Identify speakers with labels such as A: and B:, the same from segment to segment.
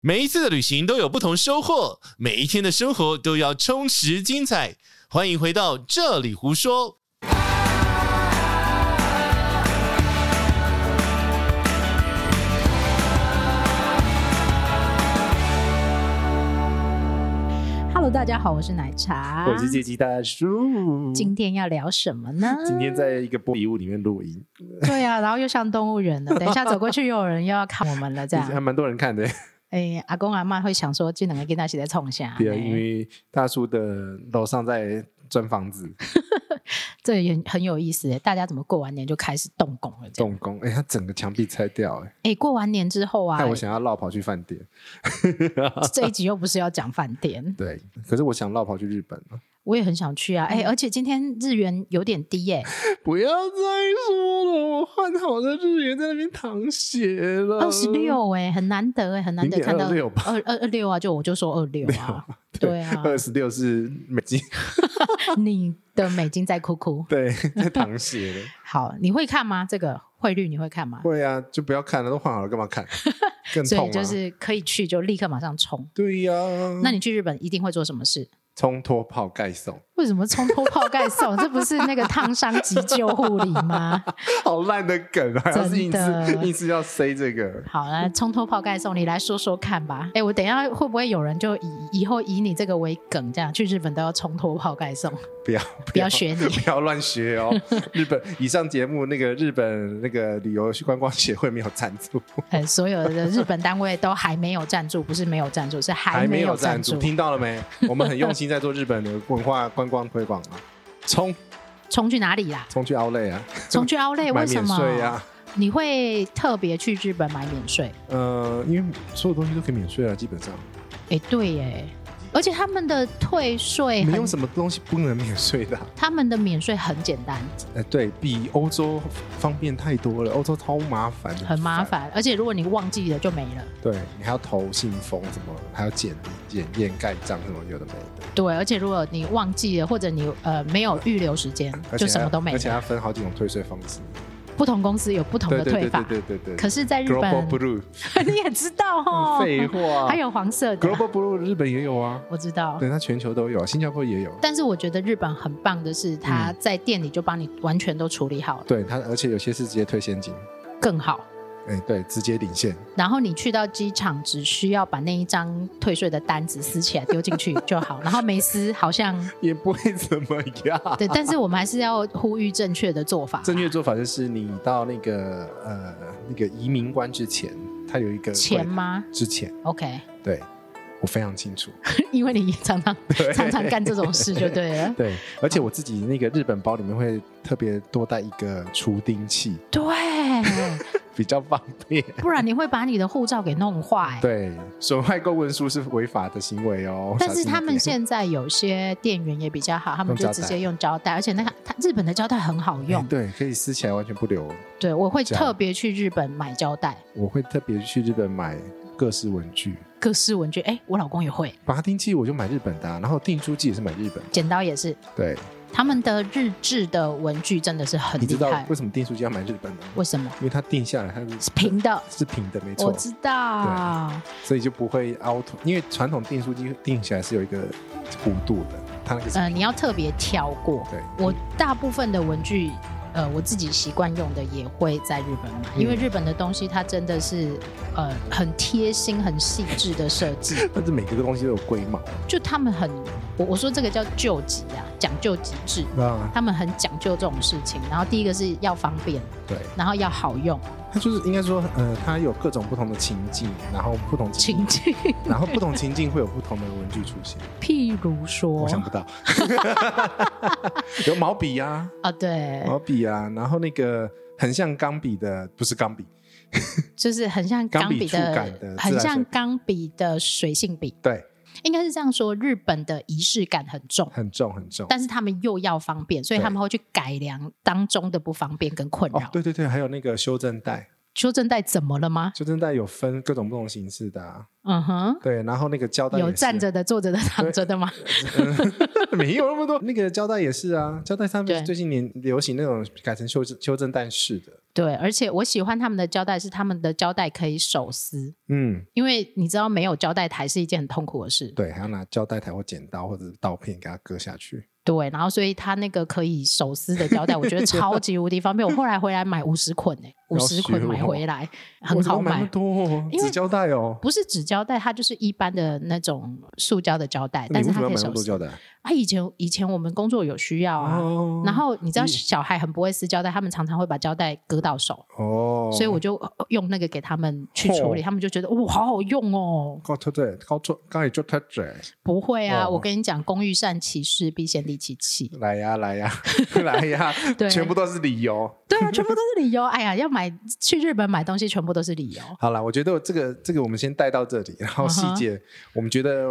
A: 每一次的旅行都有不同收获，每一天的生活都要充实精彩。欢迎回到这里胡说。
B: Hello，大家好，我是奶茶，
C: 我是借机大叔。
B: 今天要聊什么呢？
C: 今天在一个玻璃屋里面录音，
B: 对啊，然后又像动物 园了，等一下走过去又有人又要看我们了，这样
C: 还。蛮多人看的。
B: 哎，阿公阿妈会想说，这两个跟他一起在冲下。
C: 对啊，
B: 哎
C: 因为大叔的楼上在钻房子
B: 这也很有意思，大家怎么过完年就开始动工了？这样。
C: 动工，哎、他整个墙壁拆掉、哎、
B: 哎，过完年之后啊
C: 害，我想要绕跑去饭店。
B: 这一集又不是要讲饭店，
C: 对，可是我想绕跑去日本了。
B: 我也很想去啊。
C: 嗯
B: 哎，而且今天日元有点低耶、
C: 不要再说了，我换好的日元在那边淌血了。
B: 二十，六哎，很难得哎、很难得看到
C: 0.26吧
B: 二二二六啊，就我就说二六 啊，对啊，
C: 二十六是美金，
B: 你的美金在哭哭。
C: 对，在淌血 了。
B: 好，你会看吗？这个汇率你会看吗？
C: 对啊，就不要看了，都换好了，干 嘛看？更
B: 所
C: 痛嗯
B: 以
C: 啊！
B: 就是可以去就立刻马上冲。
C: 对呀、
B: 那你去日本一定会做什么事？
C: 冲脱泡盖送，
B: 为什么冲脱泡盖送？这不是那个烫伤急救护理吗？
C: 好烂的梗啊！
B: 真
C: 要
B: 的
C: 是硬是硬是要塞这个，
B: 好来冲脱泡盖送，你来说说看吧。哎，我等一下会不会有人就以以后以你这个为梗，这样去日本都要冲脱泡盖送？
C: 不要
B: 不要学你
C: 不要乱学 哦！日本以上节目那个日本那个旅游观光协会没有赞助，
B: 哎， 所有的日本单位都还没有赞助，不是没有赞助，是还没
C: 没
B: 有
C: 赞
B: 赞助。
C: 听到 了没？我们很用心在做日本的文化观光推广啊！冲
B: 冲去哪里啦？
C: 冲去奥莱啊，
B: 冲去奥莱？
C: 买
B: 哎为什
C: 免
B: 么？
C: 税啊！
B: 你会特别去日本买免税？
C: 呃，因为所有东西都可以免税啊，基本上
B: 哎，对耶，而且他们的退税
C: 没
B: 哎很
C: 有什么东西不能免税的啊。
B: 他们的免税很简单，
C: 哎，对比欧洲方便太多了，欧洲超麻烦的，
B: 很麻烦，而且如果你忘记了就没了。
C: 对你还要投信封什么，还要检检验盖章什么，有的没的，
B: 对，而且如果你忘记了，或者你呃没有预留时间，
C: 而且
B: 就什么都没
C: 还而且还
B: 了。
C: 分好几种退税方式，
B: 不同公司有不同
C: 对
B: 的
C: 对
B: 退
C: 对
B: 法
C: 对，对对对。
B: 可是，在日
C: Global
B: 本
C: Blue，
B: 你也知 道哦，
C: 废话，
B: 还有黄色的，
C: Global Blue 日本也有啊，
B: 我知道
C: 对，。它全球都有，啊新加坡也有，
B: 但是我觉得日本很棒的是，
C: 嗯
B: 他在店里就帮你完全都处理好了，
C: 对它，而且有些是直接退现金，
B: 更好。
C: 哎，对，直接领现，
B: 然后你去到机场，只需要把那一张退税的单子撕起来丢进去就好，然后没撕好像
C: 也不会怎么样。
B: 对，但是我们还是要呼吁正确的做法，
C: 正确做法就是你到那个呃那个移民官之前，它有一个
B: 钱
C: 柜台
B: 吗
C: 之前，
B: ？OK，
C: 对我非常清楚。
B: 因为你常 常常常干这种事就对了。
C: 对，而且我自己那个日本包里面会特别多带一个除钉器，
B: 对，
C: 比较方便。
B: 不然你会把你的护照给弄坏。
C: 对，损坏公文书是违法的行为哦。
B: 但
C: 小
B: 是
C: 心一
B: 他们
C: 点
B: 现在有些店员也比较好，他们
C: 用
B: 就
C: 胶
B: 直
C: 带
B: 接用胶带，而且那个它日本的胶带很好用
C: 哎。对，可以撕起来完全不留。
B: 对，我会
C: 这样
B: 特别去日本买胶带，
C: 我会特别去日本买各式文具，
B: 各式文具。哎，我老公也会，
C: 拔钉器我就买日本的啊、然后订书机也是买日本的。
B: 剪刀也是。
C: 对，
B: 他们的日制的文具真的是很
C: 你
B: 厉
C: 知道
B: 害
C: 为。什么订书机要买日本的吗？
B: 为什么？
C: 因为它定下来它是
B: 是平的。
C: 是平的，没
B: 我
C: 错，
B: 知道。
C: 所以就不会凹凸。因为传统订书机定起来是有一个弧度的，它那个是
B: 呃，你要特别挑过。
C: 对
B: 我大部分的文具，呃，我自己习惯用的也会在日本买，
C: 嗯
B: 因为日本的东西它真的是呃很贴心、很细致的设 计，
C: 但是每个东西都有龟毛
B: 就他们很，我我说这个叫救急啊，讲究极致。
C: 啊。
B: 他们很讲究这种事情，然后第一个是要方便，
C: 对，
B: 然后要好用，
C: 它就是应该说，呃，它有各种不同的情境，然后不同情
B: 情
C: 境，
B: 境，
C: 然后不同情境会有不同的文具出现。
B: 譬如说
C: 我想不到， 有毛笔呀、
B: 啊，对，
C: 毛笔呀、然后那个很像钢笔的，不是钢笔，
B: 就是很像
C: 钢
B: 钢笔
C: 笔触感的
B: 的，很
C: 自来
B: 像
C: 水
B: 钢笔的水性笔，
C: 对，
B: 应该是这样说，日本的仪式感很重，
C: 很重很重。
B: 但是他们又要方便，所以
C: 对
B: 他们会去改良当中的不方便跟困
C: 哦
B: 扰。，
C: 对对对，还有那个修正带，
B: 修正带怎么了吗？
C: 修正带有分各种不同形式的、啊，
B: 嗯哼，
C: 对，然后那个胶带
B: 有
C: 也是
B: 站着的、坐着的、躺着的吗？
C: 没有那么多，那个胶带也是啊，胶带上
B: 对
C: 面最近年流行那种改成修正修正带式的，
B: 对，而且我喜欢他们的胶带是他们的胶带可以手撕，
C: 嗯，
B: 因为你知道没有胶带台是一件很痛苦的事。
C: 对，还要拿胶带台或剪刀或者是刀片给它割下去，
B: 对，然后所以它那个可以手撕的胶带，我觉得超级无敌方便。我后来回来买五十捆诶、五十捆买回来很
C: 我怎么
B: 好
C: 买那
B: 买
C: 么，多哦
B: 因为
C: 纸胶带哦，
B: 不是纸胶带，它就是一般的那种塑胶的胶带，
C: 那
B: 但
C: 你
B: 是它
C: 为什
B: 可
C: 么要
B: 以
C: 买那
B: 手
C: 么多
B: 撕。
C: 胶带啊？
B: 啊，以前以前我们工作有需要啊，
C: 哦
B: 然后你知道小孩很不会撕胶带，他们常常会把胶带割到手，
C: 哦，
B: 所以我就呃用那个给他们去处理，
C: 哦
B: 他们就觉得哦，好好用哦。
C: 高特对高做刚也做特嘴，
B: 不会啊，
C: 哦
B: 我跟你讲，工欲善其事，必先利其器。
C: 来呀来 呀来呀
B: 对，
C: 全部都是理由。
B: 对啊，全部都是理由。哎呀，要买去日本买东西，全部都是理由。
C: 好了，我觉得这个这个我们先带到这里，然后细
B: 啊
C: 节、我们觉得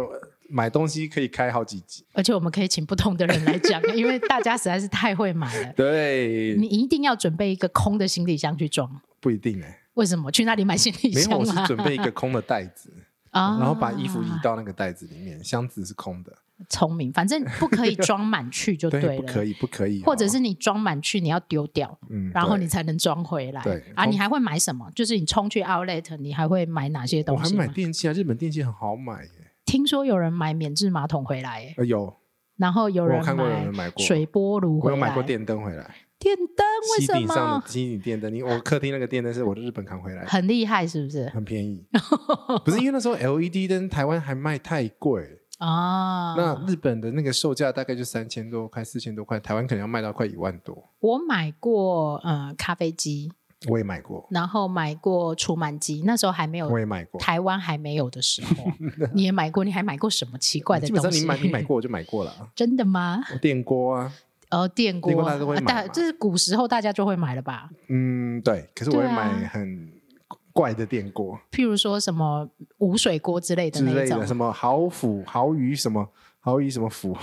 C: 买东西可以开好几集，
B: 而且我们可以请不同的人来 讲，因为大家实在是太会买了。
C: 对，
B: 你一定要准备一个空的行李箱去装。
C: 不一定哎、
B: 为什么去那里买行李
C: 没
B: 箱
C: 有，我是
B: 啊？
C: 准备一个空的袋子，
B: 啊
C: 然后把衣服移到那个袋子里面，箱子是空的，
B: 聪明，反正不可以装满去就了。
C: 不可以，不可以哦，
B: 或者是你装满去，你要丢掉，
C: 嗯，
B: 然后
C: 对
B: 你才能装回来。
C: 对
B: 啊，
C: 通
B: 你还会买什么？就是你冲去 Outlet，你还会买哪些
C: 我
B: 东
C: 还
B: 西
C: 买
B: 吗？
C: 电器啊，日本电器很好买耶，
B: 听说有人买免治马桶回来、欸
C: 呃有，
B: 然后有
C: 我
B: 人
C: 有看过有人买过
B: 水波炉回来，
C: 我有买过电灯回来，
B: 电灯，为
C: 吸
B: 什
C: 顶上
B: 么
C: 的？吸顶电灯，你我客厅那个电灯是我的日本扛回来的，
B: 很厉害是不是？
C: 很 便宜，不是因为那时候 LED 灯台湾还卖太贵。
B: 啊，
C: 那日本的那个售价大概就三千多块、四千多块，台湾可能要卖到快一万多。
B: 我买过呃咖啡机，
C: 我也买过，
B: 然后买过除螨机，那时候还没有
C: 我也买
B: 哦
C: 过。
B: 台湾还没有的时 候，你也买过，你还买过什么奇怪的
C: 基
B: 东
C: 本
B: 西？
C: 上你买你买过我就买过了 啊，
B: 真的吗？
C: 我电锅啊，
B: 呃，电锅，
C: 电锅大家都会
B: 啊
C: 买
B: 大
C: 嘛
B: 这是古时候大家就会买了吧？
C: 嗯，对。可是
B: 对
C: 我也
B: 啊
C: 买很怪的电锅
B: 譬如说什么无水锅之类的
C: 之
B: 那
C: 类
B: 一
C: 的，
B: 种
C: 什，么豪府、豪鱼什么豪鱼什么府，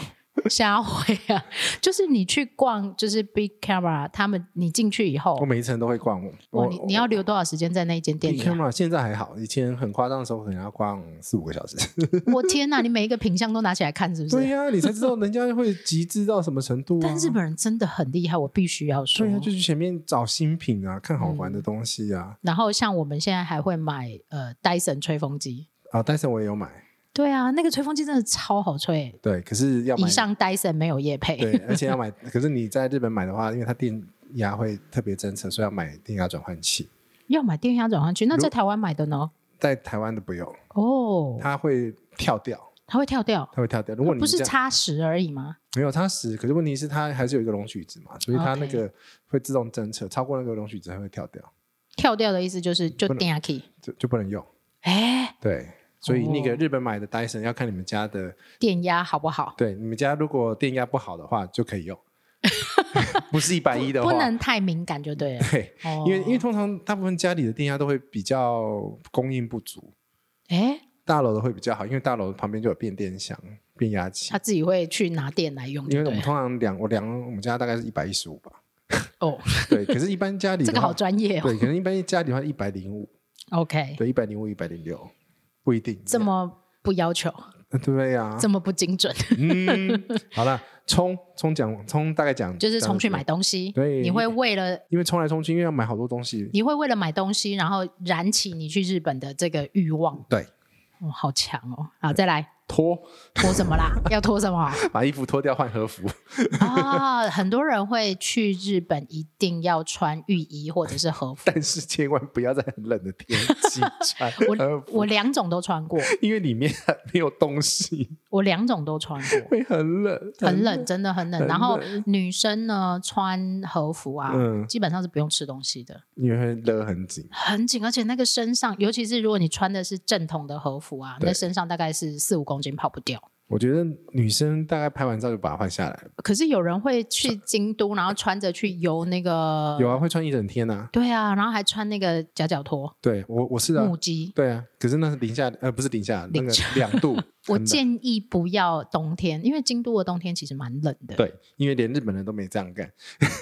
B: 虾会啊， 就是你去逛，就是 Big Camera，他们你进去以
C: 我
B: 后，
C: 每一层都会逛。
B: 哦哇，
C: 我
B: 你你要留多少时间在那一间店
C: Big
B: 里、啊？
C: camera 现在还好，以前很夸张的时候可能要逛四五个小时。
B: 我天哪，你每一个品相都拿起来看，是不
C: 对
B: 是？
C: 呀、你才知道人家会极致到什么程度、啊。
B: 但日本人哦真的很厉害，我必须要说
C: 对。呀、就去前面找新品啊，看好
B: 嗯
C: 玩的东西啊。
B: 然后像我们现在还会买呃 Dyson 吹风机，
C: 啊，戴森我也有买，
B: 对啊，那个吹风机真的超好吹。
C: 对，可是要买
B: 以上 Dyson 没有业配，
C: 对，而且要买， 可是你在日本买的话，因为它电压会特别侦测，所以要买电压转换器。
B: 要买电压转换器，那
C: 如
B: 在台湾买的呢？
C: 在台湾的不用，
B: 哦，
C: 它会跳掉，
B: 它会跳掉，
C: 它会跳掉。如果你
B: 不是
C: 这样
B: 插实而已吗？
C: 没有它死，可是问题是它还是有一个容许值嘛，所以
B: 哦
C: 它那个会自动侦测，超过那个容许值它会跳掉，
B: 跳掉的意思就是就
C: 不能
B: 电压 key，
C: 就就不能用。
B: 哎，
C: 对，所以那
B: 哦
C: 个日本买的戴森要看你们家的，
B: 电压好不好？
C: 对，你们家如果电压不好的话就可 以用，不是一百一的话
B: 不能太敏感就 对了。
C: 对。
B: 哦
C: 因为因为通常大部分家里的电压都会比较供应不足，
B: 哎，
C: 大楼的会比较好，因为大楼旁边就有变电箱、变压器
B: 他。自己会去拿电来用
C: 因
B: 就
C: 为我
B: 啊对
C: 们
B: 了，
C: 通常量我量我们家大概是一百一十五吧，
B: 哦，
C: 对。可是，一般家里
B: 这
C: 的
B: 个
C: 话
B: 好，专业哦。
C: 对，可能一般家里的话一百零五，
B: OK，
C: 对，一百零五、一百零六，不一定呃
B: 这么不要求，
C: 对呀。
B: 这么不精准，
C: 嗯，好了，冲冲讲冲大概讲
B: 就是
C: 讲
B: 冲去
C: 这个
B: 买东西，
C: 对
B: 你会为了
C: 因为冲来冲去，因为要买好多东西，
B: 你会为了买东西，然后燃起你去日本的这个欲望，
C: 对，
B: 哦，好强哦！好，再来
C: 脱
B: 脱什么 啦？要脱什么
C: 把衣服脱掉换和服，
B: 啊？很多人会去日本，一定要穿浴衣或者是和 服。
C: 但是千万不要在很冷的天气穿和
B: 我
C: 服
B: 我两种都穿过，
C: 因为里面没有东西，
B: 我两种都穿过，
C: 会很冷，
B: 很冷，。 真的很冷。
C: 很
B: 然后
C: 冷
B: 女生呢穿和服啊，
C: 嗯
B: 基本上是不用吃东西的，
C: 你会勒很紧，
B: 很紧，而且那个身上，尤其是如果你穿的是正统的和服啊，
C: 对
B: 那身上大概是四五公斤跑不掉。
C: 我觉得女生大概拍完照就把它换下来了，
B: 可是有人会去京都，然后穿着去游那个，
C: 有啊，会穿一整天啊。
B: 对啊，然后还穿那个夹脚拖、
C: 对我我是啊
B: 木，屐，
C: 对啊，可是那是零下，呃，不是零下，那
B: 零
C: 个
B: 下
C: 两 度很冷。
B: 我建议不要冬天，因为京都的冬天其实蛮冷的。，
C: 对，因为连日本人都没这样干，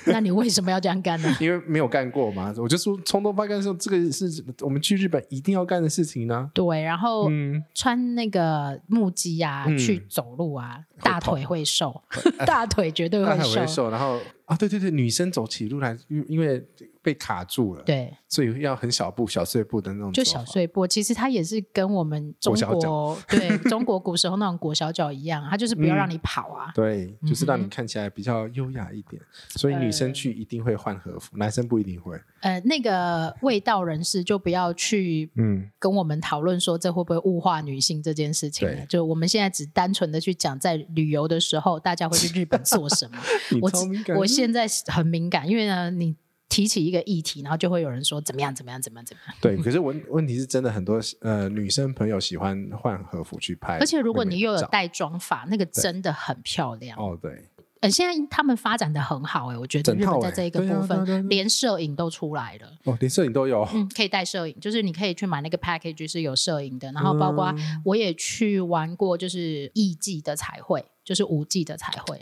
B: 那你为什么要这样干呢？
C: 因为没有干过嘛。我就说从头发干的时候，这个是我们去日本一定要干的事情呢、
B: 对，然后
C: 嗯，
B: 穿那个木屐啊，
C: 嗯
B: 去走路啊，大腿会瘦， 大腿绝对
C: 大
B: 会
C: 海
B: 瘦。
C: 为首，然后啊，对对对，女生走起路来，因因为被卡住了，，
B: 对，
C: 所以要很小步、小碎步的那种走
B: 就
C: 法，
B: 小碎步，其实它也是跟我们中
C: 裹小
B: 国对中国古时候那种裹小脚一样，啊它就是不要
C: 嗯
B: 让你跑啊。
C: 对，就是让
B: 嗯
C: 你
B: 哼
C: 看起来比较优雅一点。所以女生去一定会换和服，男生不一定会。
B: 呃，那个味道人士就不要去
C: 嗯，
B: 跟我们讨论说这会不会物化女性这件事情了
C: 对
B: 就我们现在只单纯的去讲，在旅游的时候大家会去日本做什么。
C: 你
B: 我
C: 超敏感
B: 我现在很敏感，因为呢，你提起一个议题，然后就会有人说怎么样怎么样怎么样怎么样。
C: 对，可是问问题是真的很多呃女生朋友喜欢换和服去拍，
B: 而且如果你又有
C: 照
B: 带妆法，那个真的很漂亮。
C: 哦，对，
B: 呃，现在他们发展的很好哎、我觉得
C: 整
B: 日本
C: 套
B: 在
C: 哎
B: 这一个
C: 对啊
B: 部分，
C: 对啊对啊对啊
B: 连摄影都出来了。
C: 哦，连摄影都有，
B: 嗯，可以带摄影，就是你可以去买那个 package 是有摄影的，然后包括
C: 嗯
B: 我也去玩过，就是艺伎的彩绘，就是舞伎的彩绘，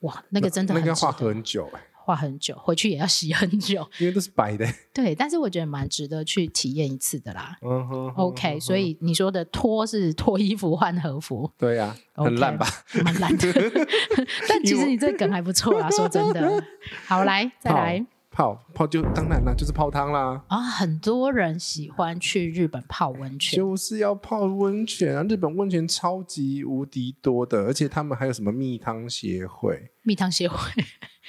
B: 哇，那个真的
C: 那
B: 很
C: 个要
B: 值
C: 画
B: 得
C: 很久哎，
B: 画很久，回去也要洗很久，
C: 因为都是白的。
B: 对，但是我觉得蛮值得去体验一次的啦。
C: 嗯哼
B: OK，所以你说的脱是脱衣服换和服，
C: 对呀，很
B: OK
C: 烂吧？
B: 蛮烂 的，但其
C: 因为
B: 实你这个梗还不错啊啦，说真 的。好，来再来
C: 泡泡就当然啦，就是泡汤啦。
B: 啊、很多人喜欢去日本泡温泉，
C: 就是要泡温泉啊！日本温泉超级无敌多的，而且他们还有什么蜜汤协会？
B: 蜜汤 协会。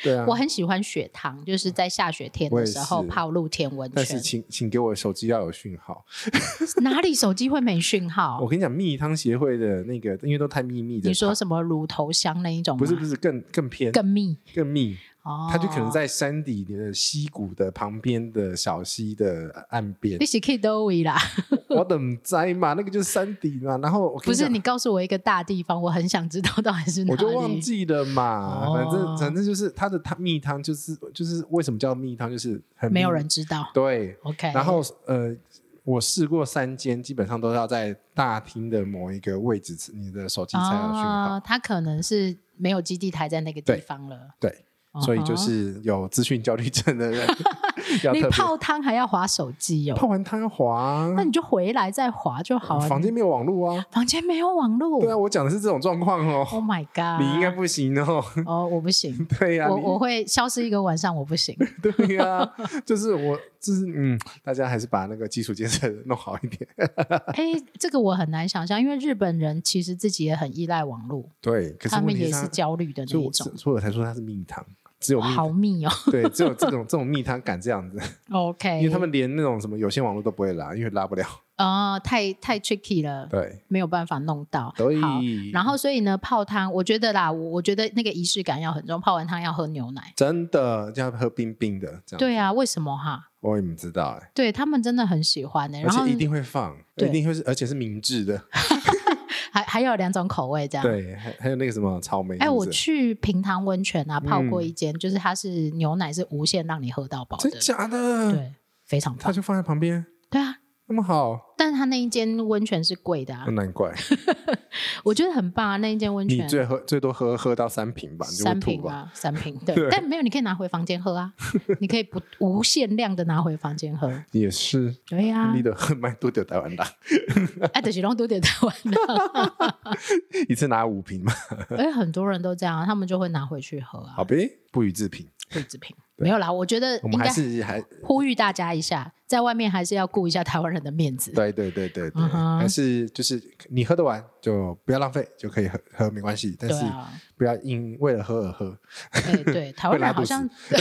C: 对啊，
B: 我很喜欢雪堂，就是在下雪天
C: 我
B: 的
C: 也
B: 时候
C: 是
B: 泡露天温
C: 但
B: 泉
C: 是。请请给我手机要有讯号。
B: 哪里手机会没讯号
C: 我？跟你讲，蜜汤协会的那个，因为都太秘密的，
B: 你说什么乳头香那一种吗？
C: 不是不是更更偏
B: 更密
C: 更密，
B: 哦，
C: 它就可能在山底的溪谷的旁边的小溪的岸边
B: 你。是 K 都位啦，
C: 我等灾嘛，那个就是山底嘛。然后我跟
B: 不是
C: 讲
B: 你告诉我一个大地方，我很想知道到底是哪
C: 我
B: 里。
C: 就忘记了嘛，
B: 哦
C: 反正反正就是它的汤蜜汤，就是就是为什么叫蜜汤，就是很
B: 没有
C: 密
B: 人知道。
C: 对。
B: OK，
C: 然后呃，我试过三间，基本上都要在大厅的某一个位置，你的手机才有讯号。
B: 啊，他可能是没有基地台在那个地方了，
C: 对，
B: 嗯哼
C: 所以就是有资讯焦虑症 的人要
B: 你
C: 特别
B: 泡汤还要划手机哦，
C: 泡完汤要滑啊，
B: 那你哦就回来再划就好了。
C: 房间没有网络啊。
B: 房间没有网络，
C: 对啊，我讲的是这种状况
B: Oh
C: 哦，
B: my god！
C: 你应该不行哦。
B: 哦，我不行，
C: 对呀、啊，
B: 啊我
C: 你
B: 我会消失一个晚上，我不 行。
C: 对呀、就是我，就是嗯，大家还是把那个基础建设弄好一点。
B: 哎，这个我很难想象，因为日本人其实自己也很依赖网络，
C: 对，可是
B: 他们
C: 问题
B: 也
C: 它
B: 是焦虑的那
C: 所以
B: 一
C: 我
B: 种，
C: 所以我才说它是蜜糖，只有蜜
B: 好密哦。
C: 对，只有这种这种蜜糖敢这样子，
B: OK，
C: 因为他们连那种什么有线网络都不会拉，因为拉不了。
B: 啊、太太 tricky 了，
C: 对，
B: 没有办法弄到。
C: 所以
B: 好
C: 嗯
B: 然后所以呢，泡汤，我觉得啦，我我觉得那个仪式感要很重，泡完汤要喝牛奶。
C: 真的要喝冰冰的这样，
B: 对啊，为什么哈？
C: 我也不知道哎、
B: 对他们真的很喜欢呢、欸
C: 而
B: 然后
C: 且一定会放，
B: 对
C: 一定会是，而且是明制的。
B: 还还有两种口味这样。
C: 对，还还有那个什么草莓是不是，
B: 哎，我去平塘温泉啊，泡过
C: 嗯
B: 一间，就是它是牛奶是无限让你喝到饱的
C: 真，假的，
B: 对，非常
C: 他
B: 棒。
C: 就放在旁边，
B: 对啊，
C: 那么好，
B: 但是它那一间温泉是贵的啊，
C: 难怪
B: 我觉得很棒啊，那一间温
C: 嗯你
B: 泉。
C: 最喝最多喝喝到三瓶吧，你就会
B: 三
C: 吐
B: 瓶
C: 吧。
B: 啊，三 瓶对，
C: 对
B: 但没有，你可以拿回房间喝啊，你可以不无限量的拿回房间 喝，
C: 也是，
B: 对呀、
C: 你的 很蛮多的台湾啦，
B: 哎，德喜龙都点台湾的，
C: 一次拿五瓶嘛，
B: 而且很多人都这样啊，他们就会拿回去喝啊
C: 好，呗，不予置评。
B: 贵子瓶没有啦，我觉得
C: 我
B: 应
C: 们还
B: 该
C: 是还
B: 呼吁大家一下，在外面还是要顾一下台湾人的面子，
C: 对对对对对，
B: 嗯哼
C: 还是就是你喝得完就不要浪费，就可以喝喝没关系，但
B: 对
C: 是
B: 啊，
C: 不要因为了喝而喝。
B: 哎 对，台湾人好像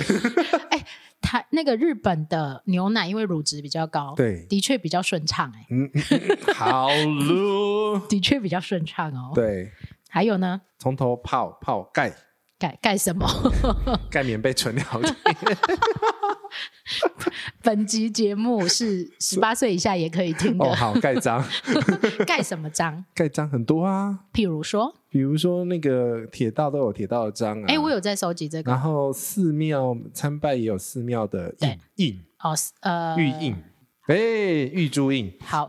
B: 哎。台那个日本的牛奶，因为乳值比较高，
C: 对
B: 的确比较顺畅、哎，
C: 嗯，嗯嗯好喽，
B: 的确比较顺畅哦。
C: 对，
B: 还有呢，
C: 从头泡泡盖
B: 盖盖什么？
C: 盖棉被存好点，
B: 本集节目 是十八岁以下也可以听
C: 哦，
B: 的。
C: 好盖章，
B: 盖什么章？
C: 盖章很多啊，
B: 譬如说，
C: 比如说那个铁道都有铁道的章啊，
B: 哎，我有在收集这个
C: 然后寺庙参拜也有寺庙的
B: 对
C: 印印
B: 哦，呃，
C: 玉印，哎，玉珠印，
B: 好，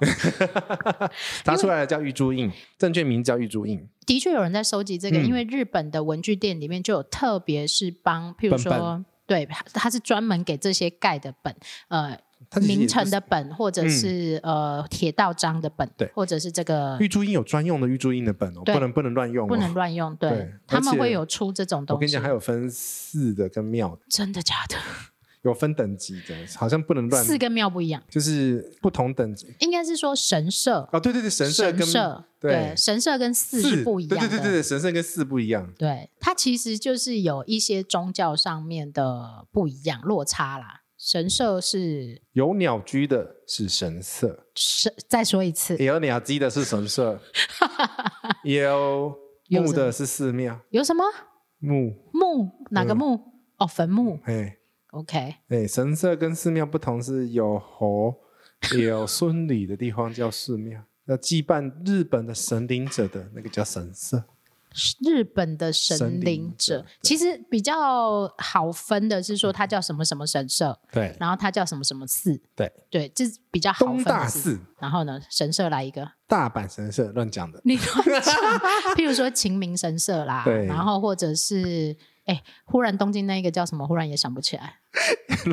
C: 查出来了叫玉珠印，证券名叫玉珠印。
B: 的确有人在收集这个，
C: 嗯
B: 因为日本的文具店里面就有，特别是帮，譬如说，
C: 本本
B: 对，它是专门给这些盖的本，呃，
C: 它其实也
B: 名
C: 不
B: 城
C: 是
B: 的本，或者
C: 嗯
B: 是、呃铁道章的本，
C: 对
B: 或者是这个
C: 玉珠印有专用的玉珠印的本哦，
B: 嗯对
C: 不能不能乱用、哦，
B: 不能。乱用，对，
C: 对
B: 他
C: 而
B: 们
C: 且
B: 会有出这种东西。
C: 我跟你讲，还有分寺的跟庙的，
B: 真的假的？
C: 有分等级的，好像不能乱，
B: 寺跟庙不一样，
C: 就是不同等级。
B: 应该是说神社、
C: 哦，对对对，神社跟
B: 神社
C: 对
B: 神社跟寺是不一样的。
C: 对对对对，神社跟寺不一样。
B: 对它其实就是有一些宗教上面的不一样落差啦。神社是
C: 有鸟居的是神社，
B: 神，再说一次，
C: 有鸟居的是 神社，有
B: 有
C: 木
B: 什么
C: 的是寺庙，
B: 有什么
C: 木
B: 墓？哪
C: 嗯
B: 个墓？哦，坟墓。
C: 哎
B: OK，
C: 哎，神社跟寺庙不同是有猴有孙礼的地方叫寺庙，要祭拜日本的神灵者的那个叫神社。
B: 日本的神
C: 神
B: 灵
C: 灵
B: 者
C: 者对
B: 其实比较好分的是说它叫什么什么神社，
C: 对
B: 然后它叫什么什么寺，
C: 对，
B: 对，这是比较好分
C: 东
B: 的
C: 大
B: 寺
C: 寺、
B: 然后呢，神社来一个，
C: 大阪神社乱讲的，
B: 你乱讲 譬如说秦明神社啦，
C: 对
B: 然后或者是哎，忽然东京那一个叫什么，忽然也想不起来，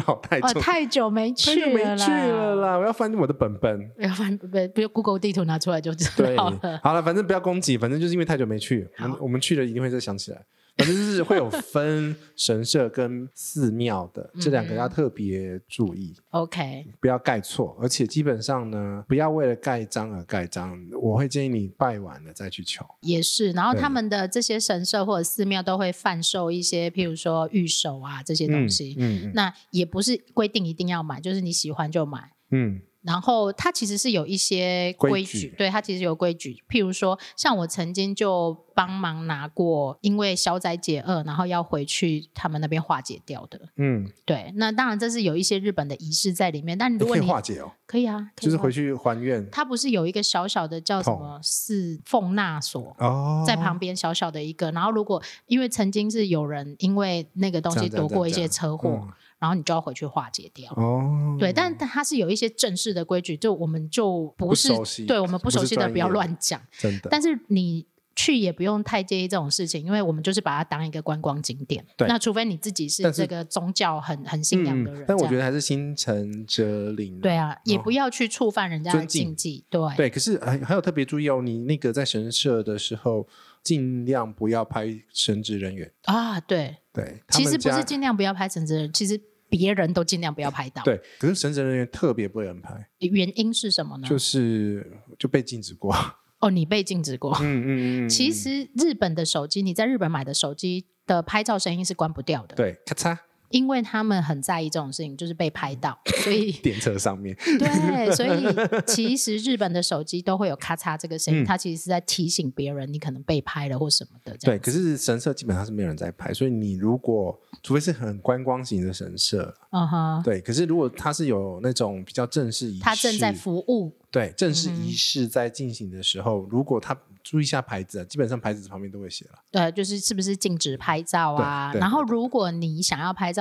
C: 脑袋
B: 哦，
C: 中
B: 太久没
C: 太
B: 去
C: 久没
B: 了啦，
C: 去 了啦，我要翻我的本本。
B: 要不然不不就 Google 地图拿出来就知
C: 对，
B: 道了。
C: 好了，反正不要攻击，反正就是因为太久没去，我
B: 好
C: 们我们去了一定会再想起来。反正就是会有分神社跟寺庙的
B: 嗯
C: 这两个要特别注意，
B: OK，
C: 不要盖错。而且基本上呢，不要为了盖章而盖章。我会建议你拜完了再去求。
B: 也是。然后
C: 对
B: 他们的这些神社或者寺庙都会贩售一些，譬如说玉手啊这些东
C: 嗯
B: 西。
C: 嗯
B: 那也不是规定一定要买，就是你喜欢就买。
C: 嗯
B: 然后它其实是有一些
C: 规
B: 规
C: 矩
B: 对它其实有规矩。譬如说，像我曾经就帮忙拿过，因为消灾解厄，然后要回去他们那边化解掉的。
C: 嗯嗯，
B: 对，那当然这是有一些日本的仪式在里面，但如
C: 你
B: 果
C: 可以
B: 你
C: 化解哦，
B: 可以啊，可以
C: 就是
B: 啊
C: 回去还愿
B: 它不是有一个小小的叫什么是奉纳所，
C: 哦，
B: 在旁边小小的一个。然后如果因为曾经是有人因为那个东
C: 这
B: 西
C: 样这样
B: 躲过一
C: 这
B: 些
C: 样嗯
B: 车祸，然后你就要回去化解掉。
C: 哦，
B: 对，但它是有一些正式的规矩，就我们就不
C: 不
B: 是
C: 熟悉
B: 对我们不
C: 不
B: 熟
C: 是
B: 悉的
C: 专
B: 不要
C: 业
B: 乱讲。
C: 真的，
B: 但是你去也不用太介意这种事情，因为我们就是把它当一个观光景点。
C: 对
B: 那除非你自己是
C: 但是嗯
B: 这个宗教很很信仰的人，
C: 但我觉
B: 得
C: 得还是心诚则灵。
B: 对啊，也
C: 哦
B: 不要去触犯人家的
C: 尊敬
B: 禁忌。对
C: 对，可是还还有特别注意哦，你那个在神社的时候，尽量不要拍神职人员。
B: 啊，对，
C: 对，他
B: 其
C: 们
B: 实不
C: 家
B: 是尽量不要拍成这人，其实别人都尽量不要拍到。
C: 对，可是神职人员特别不能拍，
B: 原因是什么呢？
C: 就是就被禁止过。
B: 哦，你被禁止过。
C: 嗯嗯嗯
B: 其实日本的手机，你在日本买的手机的拍照声音是关不掉的，
C: 对，咔嚓
B: 因为他们很在意这种事情，就是被拍 到，所以
C: 电车上面，
B: 对，所以其实日本的手机都会有咔嚓这个声音，
C: 嗯
B: 它其实是在提醒别人你可能被拍了或什么的这
C: 对，
B: 样。
C: 可是神社基本上是没有人在拍，所以你如果除非是很观光型的神社，
B: 嗯哼，
C: 对，可是如果它是有那种比较正式仪式，
B: 他正在服务，
C: 对正式
B: 嗯哼
C: 仪式在进行的时候，如果他注意一下牌子啊，基本上牌子旁边都会写了。
B: 对，呃就是是不是禁止拍照啊？
C: 对对
B: 然后
C: 对对
B: 如果你想要拍照，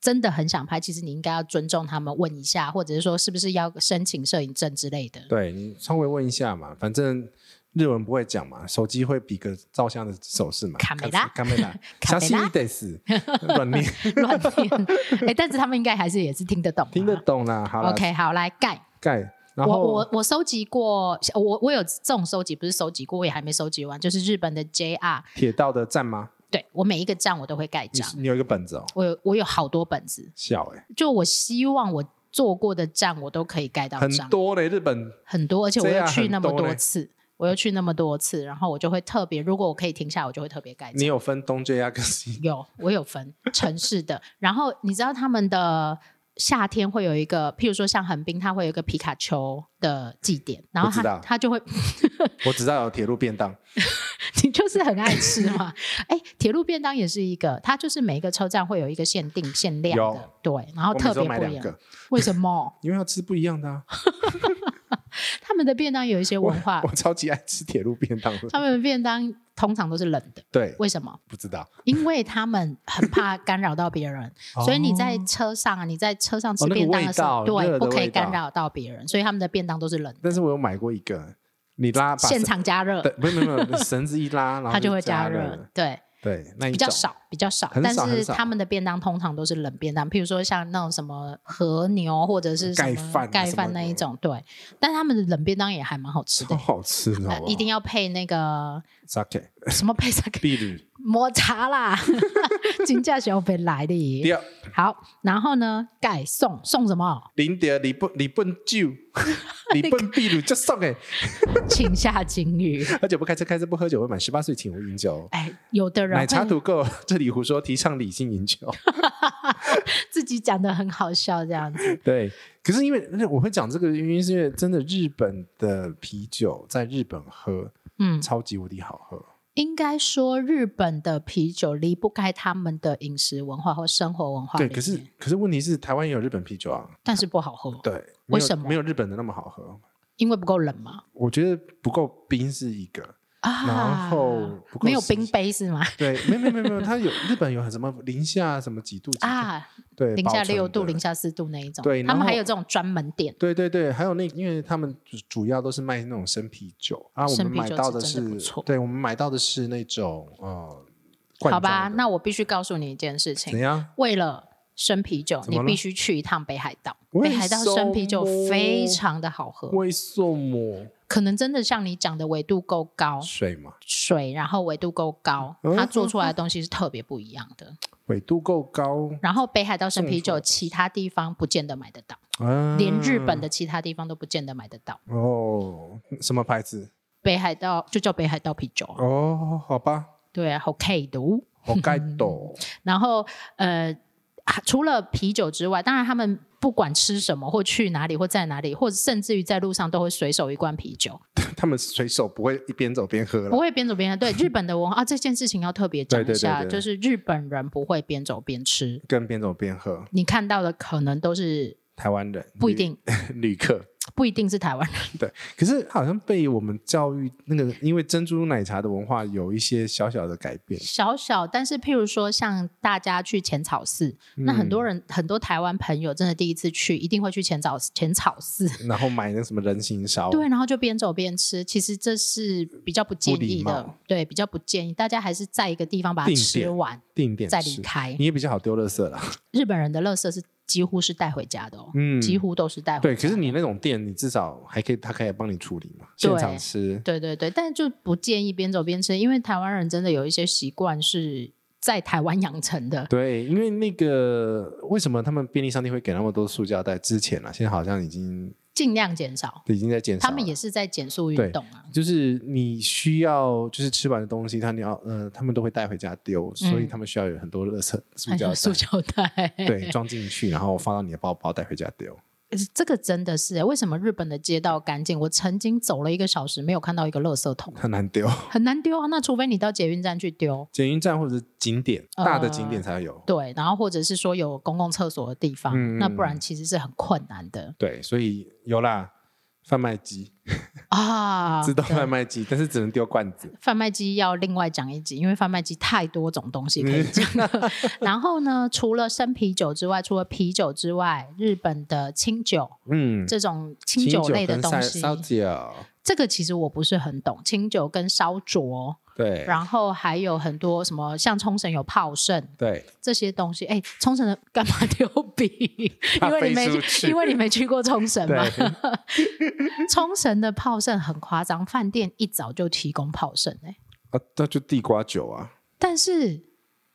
B: 真的很想拍，其实你应该要尊重他们，问一下，或者是说是不是要申请摄影证之类的。
C: 对你稍微问一下嘛，反正日文不会讲嘛，手机会比个照相的手势嘛。
B: 卡梅拉
C: 卡梅拉，
B: 卡梅
C: 相
B: 拉
C: 信你得死，乱念，
B: 乱念， 哎、但是他们应该还是也是听得懂啊、
C: 听得懂啦。好了
B: OK，好，来盖。
C: 盖，然
B: 我
C: 后
B: 我我收集过，我我有这种收集，不是收集过，我也还没收集完。就是日本的 JR，
C: 铁道的站吗？
B: 对我每一个站我都会盖
C: 你
B: 章。
C: 你有一个本子哦，
B: 我有我有好多本子，
C: 笑哎、
B: 就我希望我坐过的站我都可以盖到
C: 很
B: 章，
C: 多嘞，日本
B: 很多，而且我
C: 这
B: 又
C: 样
B: 去那么
C: 很多
B: 多
C: 呢
B: 次，我又去那么多次，然后我就会特别，如果我可以停下，我就会特别盖章
C: 你。有分东 JR 跟西，
B: 有，我有分城市的。然后你知道他们的夏天会有一个，譬如说像横滨，它会有一个皮卡丘的祭典，然后
C: 我知
B: 它
C: 道
B: 它就会，
C: 我只知道有铁路便当，
B: 哦你就是很爱吃嘛。哎，铁路便当也是一个，它就是每一个车站会有一个限定限量的
C: 有，
B: 对，然后
C: 我每
B: 特
C: 周
B: 别
C: 买
B: 不一
C: 两
B: 样。
C: 个，
B: 为什么？
C: 因为要吃不一样的、啊。
B: 他们的便当有一些文化
C: 我，超级爱吃铁路便当的。
B: 他们的便当通常都是冷的，
C: 对，
B: 为什么？
C: 不知道
B: 因为他们很怕干扰到别 人，所以你在车上啊，你在车上吃
C: 哦哦那个
B: 便当的时候，
C: 味道热
B: 对，
C: 的
B: 不可以
C: 味道
B: 干扰到别人，所以他们的便当都是冷的，
C: 但是我有买过一个，你拉把
B: 现场加热
C: 对，，不是没有没有绳子一拉，然后
B: 它就会
C: 加
B: 加热
C: 了，，
B: 对，
C: 对，那一
B: 比较
C: 种
B: 少，比较少，
C: 很
B: 但
C: 少
B: 是
C: 很少
B: 他们的便当通常都是冷便当，譬如说像那种什么和牛或者是什么
C: 盖饭啊
B: 盖
C: 什
B: 饭
C: 么
B: 那
C: 的
B: 一种，对，但他们的冷便当也还蛮好吃
C: 超
B: 的。
C: 好啊吃的，
B: 呃，一定要配那个
C: sake
B: 什么配上
C: 碧旅
B: 抹茶 啦，金价小本来
C: 第
B: 的。
C: 二
B: 好，然后呢，盖送送什么？
C: 零点你不你笨酒，你笨碧旅就送给，
B: 请下金鱼。
C: 喝酒不开车，开车不喝酒，未满十八岁请勿饮酒。
B: 哎，有的人
C: 奶茶
B: 会
C: 土购，这里胡说，提倡理性饮酒。
B: 自己讲的很好笑这样子。
C: 对，可是因为那我会讲这个原因，是因为真的日本的啤酒在日本喝
B: 嗯，哦
C: 超级无敌好喝，
B: 应该说日本的啤酒离不开他们的饮食文化或生活文化。
C: 对。可是，可是问题是，台湾也有日本啤酒啊，
B: 但是不好喝，
C: 对，没有
B: 为什么
C: 没有日本的那么好喝？
B: 因为不够冷嘛。
C: 我觉得不够冰是一 个，
B: 啊，
C: 然后不够
B: 没有
C: 时
B: 冰杯是吗？
C: 对，没有没有没有没有，它有日本有什么零下什么几度几度，
B: 啊，
C: 对，
B: 零
C: 保
B: 下
C: 存
B: 六度、
C: 的
B: 零下四度那一种，
C: 对
B: 他们
C: 然后
B: 还有这种专门店。
C: 对对对，还有那，因为他们主主要都是卖那种生啤酒啊，我
B: 生
C: 们
B: 啤酒
C: 买到
B: 是
C: 是
B: 真的不错，
C: 对我们买到的是那种呃，罐
B: 好吧，
C: 装的
B: 那我必须告诉你一件事
C: 怎
B: 情，
C: 样？
B: 为了。生啤酒，
C: 怎
B: 你
C: 么了
B: 必须去一趟北海道。
C: 为
B: 北海道生啤酒
C: 什么
B: 非常的好喝，
C: 为什么
B: 可能真的像你讲的纬度够高，
C: 水嘛？
B: 水然后纬度够高，
C: 嗯
B: 它做出来的东西是特别不一样的。
C: 纬度够高，
B: 然后北海道生啤
C: 种出
B: 酒，其他地方不见得买得到，
C: 啊、
B: 连日本的其他地方都不见得买得到。
C: 哦，什么牌子？
B: 北海道就叫北海道啤酒啊，
C: 哦，好吧，
B: 对啊，好 K 的哦。
C: 我 该懂。
B: 然后呃，啊除了啤酒之外，当然他们不管吃什么或去哪里或在哪里，或者甚至于在路上都会随手一罐啤酒，
C: 他们随手不会一边走边喝
B: 不
C: 了，
B: 会边走边喝。对日本的文化啊，这件事情要特别讲一
C: 对对对
B: 下，
C: 对
B: 就是日本人不会边走边吃，
C: 跟边走边喝。
B: 你看到的可能都是
C: 台湾人
B: 不一定，
C: 旅客，
B: 不一定是台湾人。
C: 对，可是好像被我们教育那个，因为珍珠奶茶的文化有一些小小的改变。
B: 小小，但是譬如说像大家去浅草寺，那很
C: 嗯
B: 多人很多台湾朋友真的第一次去，一定会去浅草浅草寺。
C: 然后买那什么人形烧，
B: 对，然后就边走边吃，其实这是比较不建
C: 不礼
B: 议的
C: 貌，
B: 对，比较不建议，大家还是在一个地方把它
C: 定
B: 吃
C: 点
B: 完
C: 定点
B: 再离
C: 吃，
B: 开。
C: 你也比较好丢垃圾啦。
B: 日本人的垃圾是几乎是带回家的哦，
C: 嗯
B: 几乎都是带回
C: 对，
B: 家。
C: 可是你那种店，你至少还可以，他可以帮你处理嘛，
B: 对
C: 现场吃。
B: 对对对，但就不建议边走边吃，因为台湾人真的有一些习惯是在台湾养成的。
C: 对，因为那个为什么他们便利商店会给那么多塑胶袋？之前啊，现在好像已经
B: 尽量减少。
C: 已经在减少了。
B: 他们也是在减速运
C: 对
B: 动啊，
C: 就是你需要，就是吃完的东西，他你要呃，他们都会带回家丢，所以他们需要有很多垃圾 塑
B: 还
C: 胶
B: 有嗯塑
C: 袋，
B: 胶袋。
C: 对，装进去，然后放到你的包包带回家丢。
B: 这个真的是为什么日本的街道干净？我曾经走了一个小时，没有看到一个垃圾桶，
C: 很难丢。
B: 很难丢啊。那除非你到捷运站去丢，
C: 捷运站或者是景点，
B: 呃
C: 大的景点才有。
B: 对，然后或者是说有公共厕所的地方，
C: 嗯
B: 那不然其实是很困难的
C: 对，所以有啦，贩卖机，
B: 啊。
C: 自动
B: 对
C: 贩卖机，但是只能丢罐子。
B: 贩卖机要另外讲一集，因为贩卖机太多种东西可以讲
C: 嗯
B: 了。 然后呢，除了生啤酒之外，除了啤酒之外，日本的清酒
C: 嗯，
B: 这种清
C: 清
B: 酒类的
C: 跟
B: 东
C: 烧
B: 西，
C: 烧酒，
B: 这个其实我不是很懂。清酒跟烧灼，
C: 对，
B: 然后还有很多什么，像冲绳有泡盛
C: 对，
B: 这些东西。哎，冲绳的干嘛丢笔？ 因为你没
C: 怕飞出去
B: 因为你没去过冲绳嘛。
C: 对，
B: 冲绳的泡盛很夸张，饭店一早就提供泡盛哎、
C: 啊，那就地瓜酒啊。
B: 但是。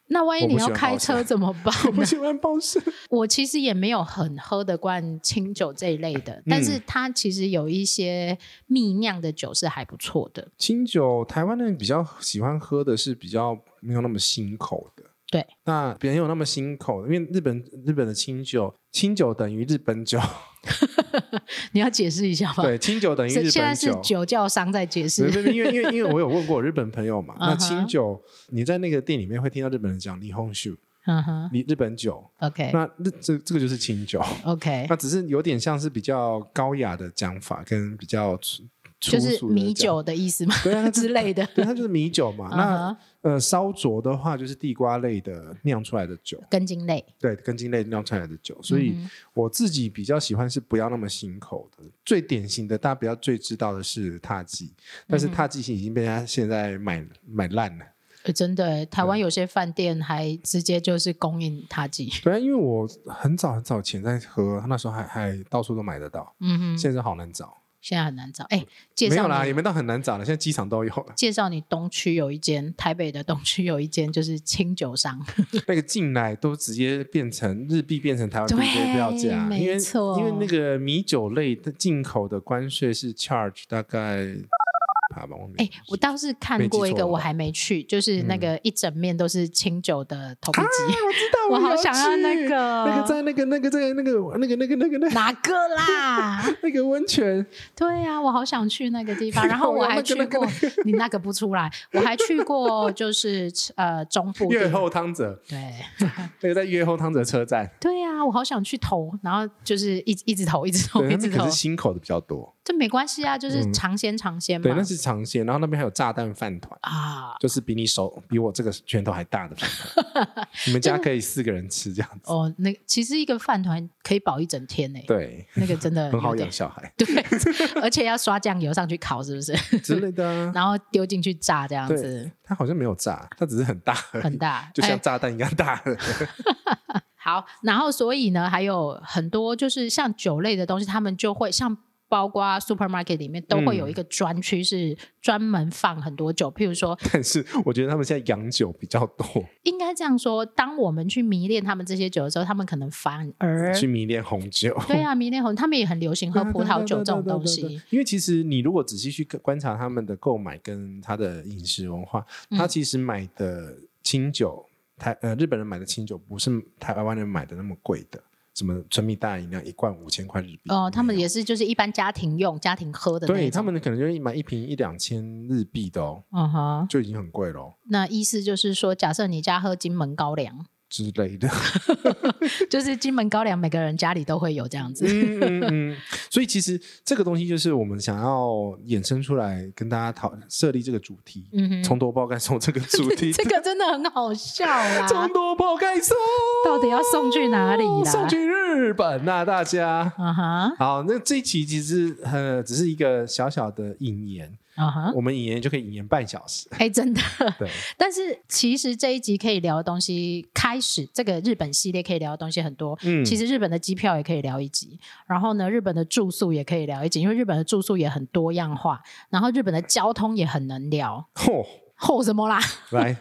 B: 那万一
C: 我不
B: 你要
C: 喜欢
B: 开
C: 泡盛
B: 车怎么办
C: 我
B: 呢
C: 不？喜欢包式，
B: 我其实也没有很喝得惯清酒这一类的，
C: 嗯
B: 但是它其实有一些蜜酿的酒是还不错的。
C: 清酒，台湾人比较喜欢喝的是比较没有那么辛口的。
B: 对，
C: 那别人有那么辛口的，因为日本日本的清酒，清酒等于日本酒，
B: 你要解释一下吗？
C: 对，清酒等于
B: 哦是
C: 日
B: 现在
C: 本
B: 是
C: 酒。
B: 酒窖商在解
C: 不
B: 释
C: 是 不是因为因为因为我有问过我日本朋友嘛，
B: 嗯哼
C: 那清酒你在那个店里面会听到日本人讲霓虹酒，
B: 嗯哼
C: 日日本酒。
B: ，OK
C: 那日这这个就是清酒，
B: OK，
C: 那只是有点像是比较高雅的讲法，跟比较粗粗
B: 就是
C: 俗的
B: 米
C: 讲
B: 酒的意思嘛，
C: 对啊那就
B: 之类的。
C: 对，它就是米酒嘛。
B: 嗯
C: 那
B: 哼
C: 呃，烧灼的话就是地瓜类的酿出来的酒，
B: 根茎类，
C: 对，根茎类酿出来的酒。所以
B: 嗯
C: 我自己比较喜欢是不要那么辛口的。最典型的，大家比较最知道的是踏迹，但
B: 嗯
C: 是踏迹已经被人家现在买买烂了。
B: 呃真的，台湾有些饭店还直接就是供应塔吉，
C: 对啊，因为我很早很早前在喝，那时候还还到处都买得到，
B: 嗯哼，
C: 现在好难找。
B: 现在很难找。哎，介
C: 没有
B: 绍
C: 啦，也
B: 你，。
C: 没到很难找了，现在机场都有了
B: 介绍你东区有一间，台北的东区有一间就是清酒 商，
C: 那个进来都直接变成日币变成台湾币的票价，
B: 对
C: 因为
B: 没错
C: 因为那个米酒类的进口的关税是 charge 大概，好吧，我没
B: 哎、我倒是看
C: 没
B: 过
C: 记
B: 一
C: 错
B: 个
C: 了
B: 我
C: 吧
B: 还没去，就是那个一整面都是清酒的投币 机，
C: 嗯哎啊我知道，
B: 我好
C: 要
B: 想要
C: 去
B: 那个
C: 那个在那个那个在那个那个那个那个那个
B: 哪个 啦？
C: 那个温泉，
B: 对啊，我好想去那个地 方。然后
C: 我
B: 我
C: 要
B: 还
C: 那个
B: 去
C: 那个
B: 过，你那个不出来，我还去过就是呃中部地
C: 越后汤泽，
B: 对
C: 那个在越后汤泽车站，
B: 对啊，我好想去投，然后就是一一直投，一直投，
C: 对，
B: 一
C: 那
B: 直
C: 边
B: 投
C: 可是，新口的比较多，
B: 这没关系啊，就是
C: 嗯
B: 尝鲜尝鲜
C: 对，
B: 嘛
C: 那。是尝鲜，然后那边还有炸弹饭团。
B: 啊，
C: 就是比你手比我这个拳头还大的饭 团，你们家可以四个人吃这样子，
B: 哦，那其实一个饭团可以饱一整天呢、
C: 对，
B: 那个真的
C: 很好
B: 有点
C: 养小孩
B: 对，而且要刷酱油上去烤，是不是？
C: 之类的啊。
B: 然后丢进去炸这样子
C: 对，，它好像没有炸，它只是很大而已，
B: 很大。
C: 就像
B: 哎
C: 炸弹一样大。
B: 好，然后所以呢，还有很多就是像酒类的东西，他们就会像。包括 supermarket 里面都会
C: 嗯
B: 有一个专区，是专门放很多酒。譬如说，
C: 但是我觉得他们现在洋酒比较多，
B: 应该这样说：当我们去迷恋他们这些酒的时候，他们可能反而
C: 去迷恋红酒。
B: 对啊，迷恋红，他们也很流行喝
C: 对啊
B: 葡萄酒这种
C: 对啊对啊
B: 东
C: 对啊对啊对
B: 西
C: 啊。因为其实你如果仔细去观察他们的购买跟他的饮食文化，
B: 嗯
C: 他其实买的清酒，台呃日本人买的清酒不是台湾人买的那么贵的，什么纯米大吟酿一罐五千块日币。
B: 哦、他们
C: 没有
B: 也是就是一般家庭用、家庭喝的那一
C: 啊对
B: 种
C: 他，们可能就买一瓶一两千日币的哦，
B: 嗯哼。
C: 就已经很贵了哦
B: 那意思就是说，假设你家喝金门高粱，
C: 之 类的。
B: 就是金门高粱，每个人家里都会有这样子。
C: 嗯嗯嗯，所以其实这个东西就是我们想要衍生出来跟大家讨设立这个主题，
B: 嗯哼，
C: 从头爆盖送这个主题，
B: 这个真的很好笑啦，
C: 从头爆盖送
B: 啊到底要送去哪里啦？
C: 送去日本呐、大家。
B: 啊哈
C: 好，那这一期其实呃只是一个小小的引言，
B: 啊哈。
C: 我们引言就可以引言半小时。
B: 哎，真的，
C: 对，
B: 但是其实这一集可以聊的东西，开始这个日本系列可以聊的东西很多。
C: 嗯，
B: 其实日本的机票也可以聊一集，然后呢，日本的住宿也可以聊一集，因为日本的住宿也很多样化，然后日本的交通也很能聊。
C: 嚯，
B: 吼什么啦？
C: 哦 来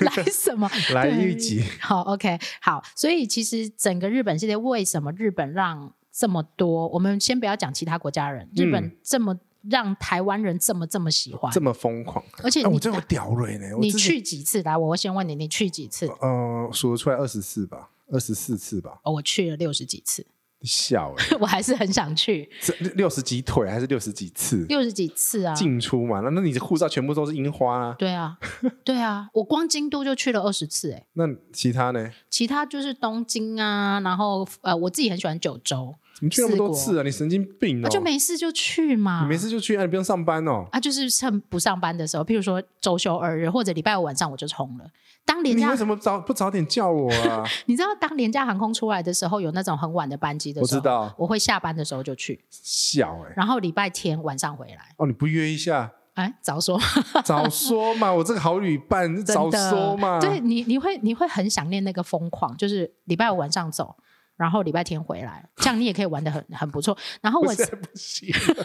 B: 来什么？
C: 来
B: 对
C: 一集，
B: 好，OK，好，所以其实整个日本系列，为什么日本让这么多？我们先不要讲其他国家人，日本这么、让台湾人这么这么喜欢
C: 嗯这，么疯狂，
B: 而且
C: 哎、
B: 你、
C: 我真有屌蕊呢，我
B: 你
C: 之前
B: 去几次？来，我先问你，你去几次？
C: 呃数得出来二十四吧，二十四次吧，
B: 哦，我去了六十几次，
C: 笑哎、
B: 我还是很想去
C: 这六十几腿还是六十几次
B: 六十几次啊！
C: 进出嘛？那那你的护照全部都是樱花啊？
B: 对 啊，对啊，我光京都就去了二十次、哎，
C: 那其他呢？
B: 其他就是东京啊，然后呃，我自己很喜欢九州，
C: 怎么去那么多次啊？你神经病
B: 那、
C: 哦！
B: 就没事就去嘛，
C: 你没事就去，啊，你不用上班哦。
B: 啊，就是趁不上班的时候，譬如说周休二日或者礼拜五晚上我就冲了。当廉
C: 你
B: 价
C: 为，什么早不早点叫我 啊？
B: 你知道当廉价航空出来的时候，有那种很晚的班机的
C: 我
B: 时候，
C: 知道，
B: 我会下班的时候就去，
C: 笑哎、
B: 然后礼拜天晚上回来。
C: 哦，你不约一下，
B: 哎，早说，
C: 早说嘛！我这个好旅伴，
B: 真
C: 早
B: 的，
C: 说嘛！
B: 对你，你会你会很想念那个疯狂，就是礼拜五晚上走，然后礼拜天回来，这样你也可以玩的很很不错。然后
C: 我
B: 我
C: 现在 不行了，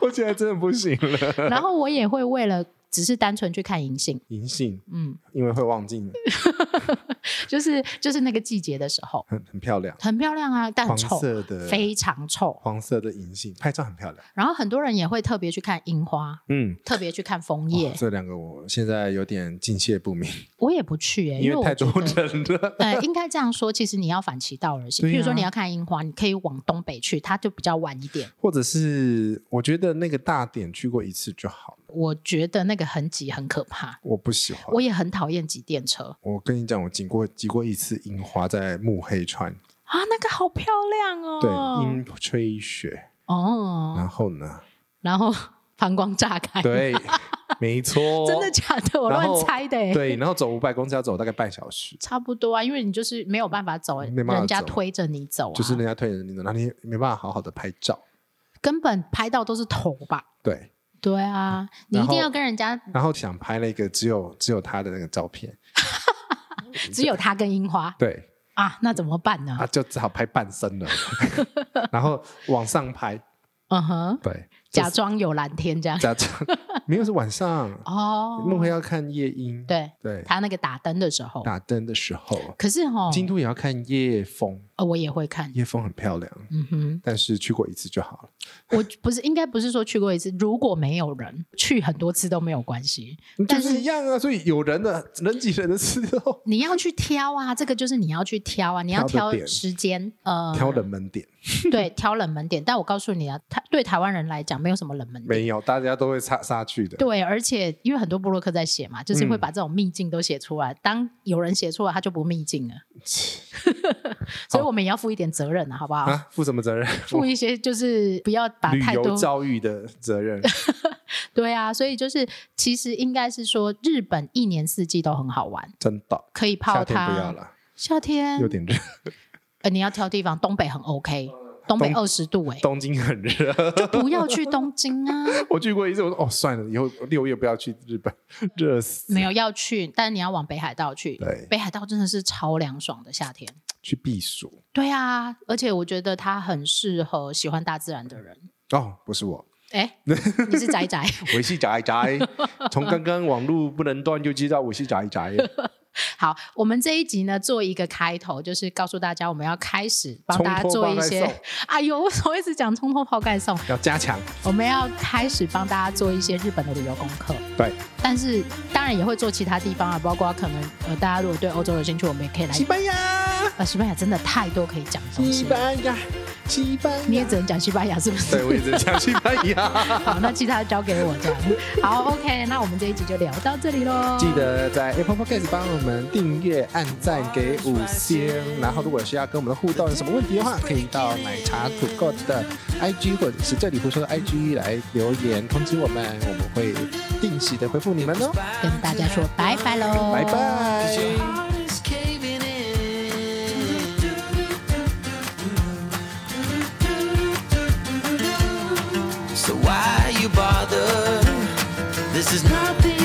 C: 我现在真的不行了。
B: 然后我也会为了只是单纯去看银杏，
C: 银杏，
B: 嗯，
C: 因为会忘记你，
B: 就是就是那个季节的时候，
C: 很很漂亮，
B: 很漂亮啊，但 很
C: 黄
B: 臭，
C: 色的，
B: 非常臭。
C: 黄色的银杏，拍照很漂亮。
B: 然后很多人也会特别去看樱花，
C: 嗯，
B: 特别去看枫
C: 哇
B: 叶。
C: 这两个我现在有点敬谢不明，
B: 我也不去、欸，
C: 因
B: 为
C: 为太多
B: 我觉得。
C: 人了。
B: 呃，应该这样说，其实你要反其道而行。
C: 对啊
B: 比如说你要看樱花，你可以往东北去，它就比较晚一点。
C: 或者是我觉得那个大点去过一次就好了，
B: 我觉得那个很挤，很可怕。
C: 我不喜欢。
B: 我也很讨厌挤电车
C: 我跟你讲，我经过挤过一次樱花在慕黑川，
B: 啊，那个好漂亮
C: 对，
B: 哦。
C: 樱吹雪，然
B: 哦，
C: 后呢，
B: 然后 膀胱炸开，
C: 对，没错，
B: 哎 真的假的？我
C: 然后
B: 乱猜的耶。
C: 对，然后走五百公尺要走大概半小时，
B: 差不多啊，因为你就是没有办法走，
C: 没办法
B: 人家
C: 走
B: 推着你走啊，
C: 就是人家推着你走，那你没办法好好的拍照，
B: 根本拍到都是头吧？
C: 对，
B: 对啊，你
C: 嗯然
B: 一定
C: 后
B: 要跟人家
C: 然后想拍那个只有只有他的那个照片，
B: 只有他跟樱花
C: 对，
B: 啊，那怎么办呢
C: 啊，？就只好拍半身了， 然后往上拍，
B: 嗯哼，
C: 对，
B: 假装有蓝天这样。
C: 假嗯装没有是晚上，
B: 哦，
C: 梦回要看夜莺，
B: 对
C: 对，
B: 他那个打灯的时候，
C: 打灯的时候，
B: 可是哦，
C: 京都也要看夜风，
B: 呃我也会看。
C: 夜风很漂亮，
B: 嗯哼，
C: 但是去过一次就好了。
B: 我不是应该不是说去过一次，如果没有人去很多次都没有关系。
C: 就
B: 但
C: 是一样啊，所以有人的人挤人的时候，
B: 你要去挑啊，这个就是你要去挑啊，你要
C: 挑
B: 挑
C: 的点
B: 时间，呃，
C: 挑冷门点
B: 对，挑冷门点。但我告诉你啊，他对台湾人来讲没有什么冷门点。
C: 没有，大家都会杀杀去的。
B: 对，而且因为很多布洛克在写嘛，就是会
C: 嗯
B: 把这种秘境都写出来。当有人写出来，他就不秘 境了，所以我们也要负一点责任啊，好不好？
C: 啊，负什么责任？
B: 负一些就是不要把
C: 旅
B: 太
C: 游
B: 多
C: 教育的 责任。
B: 对啊，所以就是其实应该是说，日本一年四季都很好玩，
C: 真的，
B: 可以 泡
C: 夏天
B: 汤。
C: 不要了，
B: 夏天
C: 有点热。
B: 呃，你要挑地方，东北很 OK，东北
C: 东
B: 二十度哎、
C: 东京很热，
B: 不要去东京啊，
C: 我去过一次，我说哦算了，以后六月不要去日本，热 死。
B: 没有要去，但是你要往北海道去
C: 对，
B: 北海道真的是超凉爽的夏天。
C: 去避暑
B: 对啊，而且我觉得它很适合喜欢大自然的人。
C: 哦，不是我，
B: 哎，你是宅宅，
C: 我是 宅宅。从刚刚网络不能断就知道我是宅宅。
B: 好，我们这一集呢做一个开头，就是告诉大家我们要开始帮
C: 冲
B: 大家
C: 脱
B: 做
C: 包
B: 一
C: 盖
B: 些
C: 送。
B: 哎呦，我怎么一直讲冲脱泡盖送？
C: 要加强，
B: 我们要开始帮大家做一些日本的旅游功课，
C: 对，
B: 但是当然也会做其他地方啊，包括可能呃，大家如果对欧洲有兴趣，我们也可以来
C: 西。班牙，
B: 呃，西班牙真的太多可以讲的东
C: 西
B: 西了，
C: 班牙，西班
B: 你
C: 牙。
B: 也只能讲西班牙，是不是？
C: 对，我一直讲西班牙。
B: 好，那其他交给我这样。好，OK，那我们这一集就聊到这里喽。
C: 记得在 Apple Podcast 帮我们订阅、按赞、给五星。然后，如果是要跟我们的互动有什么问题的话，可以到奶茶土狗的 IG 或者是这里胡说的 IG 来留言通知我们，我们会定时的回复你们哦。
B: 跟大家说拜拜喽，
C: 拜拜。
D: Heart caving in. So why you bother? This is nothing